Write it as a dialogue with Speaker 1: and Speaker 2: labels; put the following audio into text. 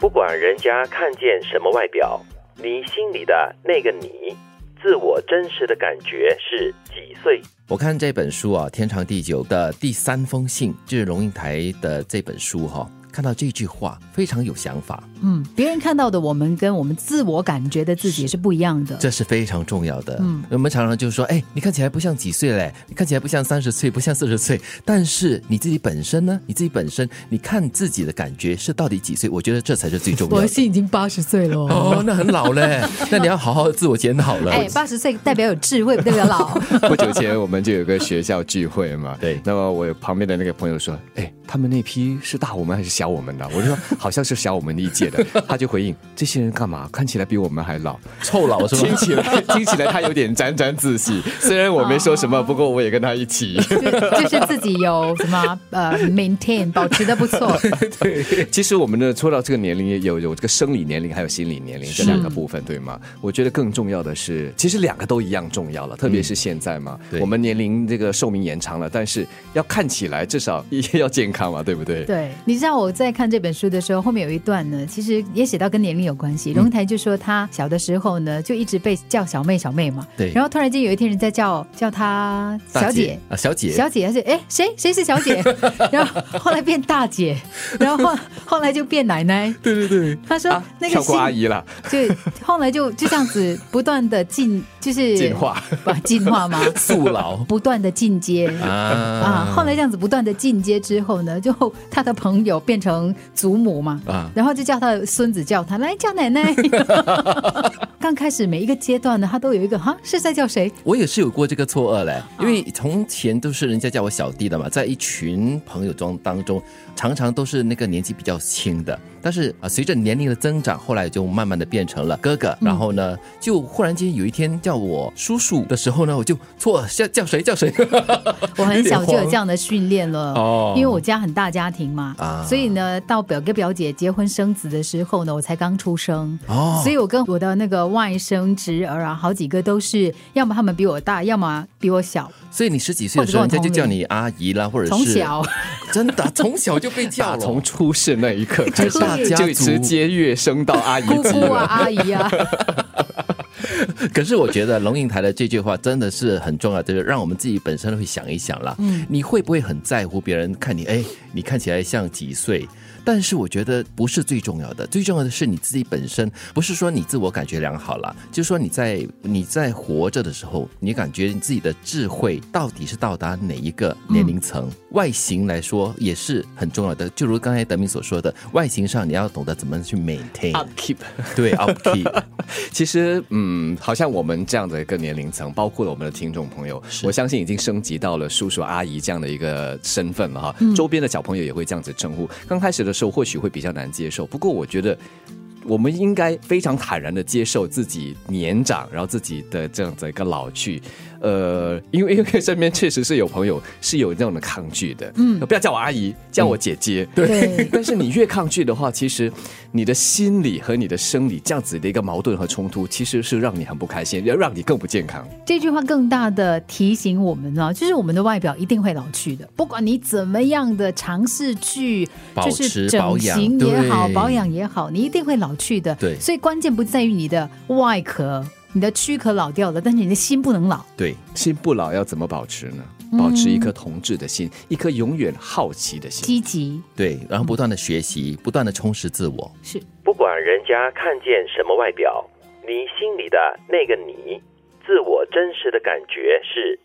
Speaker 1: 不管人家看见什么外表，你心里的那个你，自我真实的感觉是几岁？
Speaker 2: 我看这本书啊，《天长地久》的第三封信，就是龙应台的这本书哈、看到这句话非常有想法，
Speaker 3: 嗯，别人看到的我们跟我们自我感觉的自己是不一样的。
Speaker 2: 这是非常重要的。
Speaker 3: 嗯，
Speaker 2: 我们常常就说，哎，你看起来不像几岁嘞，你看起来不像三十岁，不像四十岁，但是你自己本身呢？你自己本身，你看自己的感觉是到底几岁？我觉得这才是最重要
Speaker 4: 我
Speaker 2: 的。
Speaker 4: 现在已经八十岁了哦。
Speaker 2: 哦，那很老 嘞，那你要好好自我检讨了。
Speaker 3: 哎，八十岁代表有智慧，不代表 老。
Speaker 5: 不久前我们就有个学校聚会嘛，
Speaker 2: 对
Speaker 5: 那么我旁边的那个朋友说：“哎，他们那批是大我们还是小我们的？” 我就说：“好像是小我们那一 届的。”他就回应：“这些人干嘛？看起来比我们还老。
Speaker 2: 臭老”是
Speaker 5: 听
Speaker 2: 吗？
Speaker 5: 起来听起来他有点沾沾自喜，虽然我没说
Speaker 2: 啊
Speaker 5: 什么，不过我也跟他 一起。
Speaker 3: 就就是自己有什么呃 maintain 保持的不错，
Speaker 5: 其实我们的说到这个年龄，也有有这个生理年龄还有心理年龄这两个部分，对吗？我觉得更重要的是，其实两个都一样重要了，特别是现在嘛，
Speaker 2: 嗯对
Speaker 5: 我们年龄这个寿命延长了，但是要看起来至少要健康嘛，对不对？
Speaker 3: 对，你知道我在看这本书的时候，后面有一段呢，其实也写到跟年龄有关
Speaker 2: 嗯
Speaker 3: 系。龙应台就说他小的时候呢，就一直被叫小妹小妹嘛，
Speaker 2: 对
Speaker 3: 然后突然间有一天人在叫叫她
Speaker 2: 大
Speaker 3: 小姐。
Speaker 2: 啊，小姐，
Speaker 3: 小姐，而且哎，谁谁是小姐？然后后来变大姐，然后后后来就变奶奶。
Speaker 2: 对对对，
Speaker 3: 他说、那个
Speaker 5: 跳过阿
Speaker 3: 姓，
Speaker 5: 姨了，
Speaker 3: 就后来就就这样子不断的进，就是
Speaker 5: 进化，
Speaker 3: 不进化吗？
Speaker 2: 素老
Speaker 3: 不断的进阶
Speaker 2: 啊
Speaker 3: 啊，后来这样子不断的进阶之后呢，就他的朋友变成祖母嘛，
Speaker 2: 啊
Speaker 3: 然后就叫他的孙子叫他来叫奶奶。刚开始每一个阶段呢，他都有一个哈是在叫谁？
Speaker 2: 我也是有过这个错愕
Speaker 3: 啊
Speaker 2: 嘞，因为从前都是人家叫我小弟的嘛，在一群朋友中当中，常常都是那个年纪比较轻的。但是啊，随着年龄的增长，后来就慢慢的变成了哥哥。
Speaker 3: 嗯
Speaker 2: 然后呢，就忽然间有一天叫我叔叔的时候呢，我就错叫叫谁叫谁。
Speaker 3: 我很小 就有
Speaker 2: 样
Speaker 3: 这样的训练了，
Speaker 2: 哦
Speaker 3: 因为我家很大家庭嘛，
Speaker 2: 啊
Speaker 3: 所以呢，到表哥表姐结婚生子的时候呢，我才刚出生，
Speaker 2: 哦
Speaker 3: 所以我跟我的那个外甥侄儿啊，好几个都是，要么他们比我大，要么比我小，
Speaker 2: 所以你十几岁的时候，
Speaker 3: 或
Speaker 2: 人
Speaker 3: 者
Speaker 2: 家就
Speaker 3: 跟我同龄
Speaker 2: 叫你阿姨啦，或者是
Speaker 3: 从 小
Speaker 2: 真的从小就被叫
Speaker 5: 打
Speaker 2: 了，
Speaker 5: 从出世那 一刻开始
Speaker 3: 哦大家，
Speaker 2: 族
Speaker 5: 就直接跃升到阿姨
Speaker 3: 姑
Speaker 5: 级
Speaker 3: 姑啊、
Speaker 5: 了。
Speaker 3: 阿姨啊。
Speaker 2: 可是我觉得龙应台的这句话真的是很重要，就是让我们自己本身会想一想啦。嗯，你会不会很在乎别人看你？哎，你看起来像几岁？但是我觉得不是最重要的，最重要的是你自己本身，不是说你自我感觉良好啦，就是说你在你在活着的时候，你感觉你自己的智慧到底是到达哪一个年龄层？外形来说也是很重要的，就如刚才德明所说的，外形上你要懂得怎么去 maintain，、
Speaker 5: Upkeep，
Speaker 2: 对 upkeep，
Speaker 5: 其实嗯，好像我们这样的一个年龄层，包括了我们的听众朋友，我相信已经升级到了叔叔阿姨这样的一个身份了哈。
Speaker 3: 嗯
Speaker 5: 周边的小朋友也会这样子称呼。刚开始的时候或许会比较难接受，不过我觉得。我们应该非常坦然的接受自己年长，然后自己的这样子一个老去，呃，因为因为身边确实是有朋友是有这种的抗拒的，嗯，不要叫我阿姨，叫我姐姐，
Speaker 3: 对
Speaker 5: 但是你越抗拒的话，其实你的心理和你的生理这样子的一个矛盾和冲突，其实是让你很不开心，要让你更不健康。
Speaker 3: 这句话更大的提醒我们呢，就是我们的外表一定会老去的，不管你怎么样的尝试去，
Speaker 2: 保
Speaker 3: 就
Speaker 2: 持
Speaker 3: 是整形
Speaker 2: 保养
Speaker 3: 也好，
Speaker 2: 对
Speaker 3: 保养也好，你一定会老去的。
Speaker 2: 对
Speaker 3: 所以关键不在于你的外壳，你的躯壳老掉了，但是你的心不能老。
Speaker 2: 对。
Speaker 5: 心不老要怎么保持呢？保持一颗童稚的心，一颗永远好奇的心。
Speaker 3: 积极
Speaker 2: 对，然后不断的学习，不断的充实自我。
Speaker 3: 是
Speaker 1: 不管人家看见什么外表，你心里的那个你，自我真实的感觉是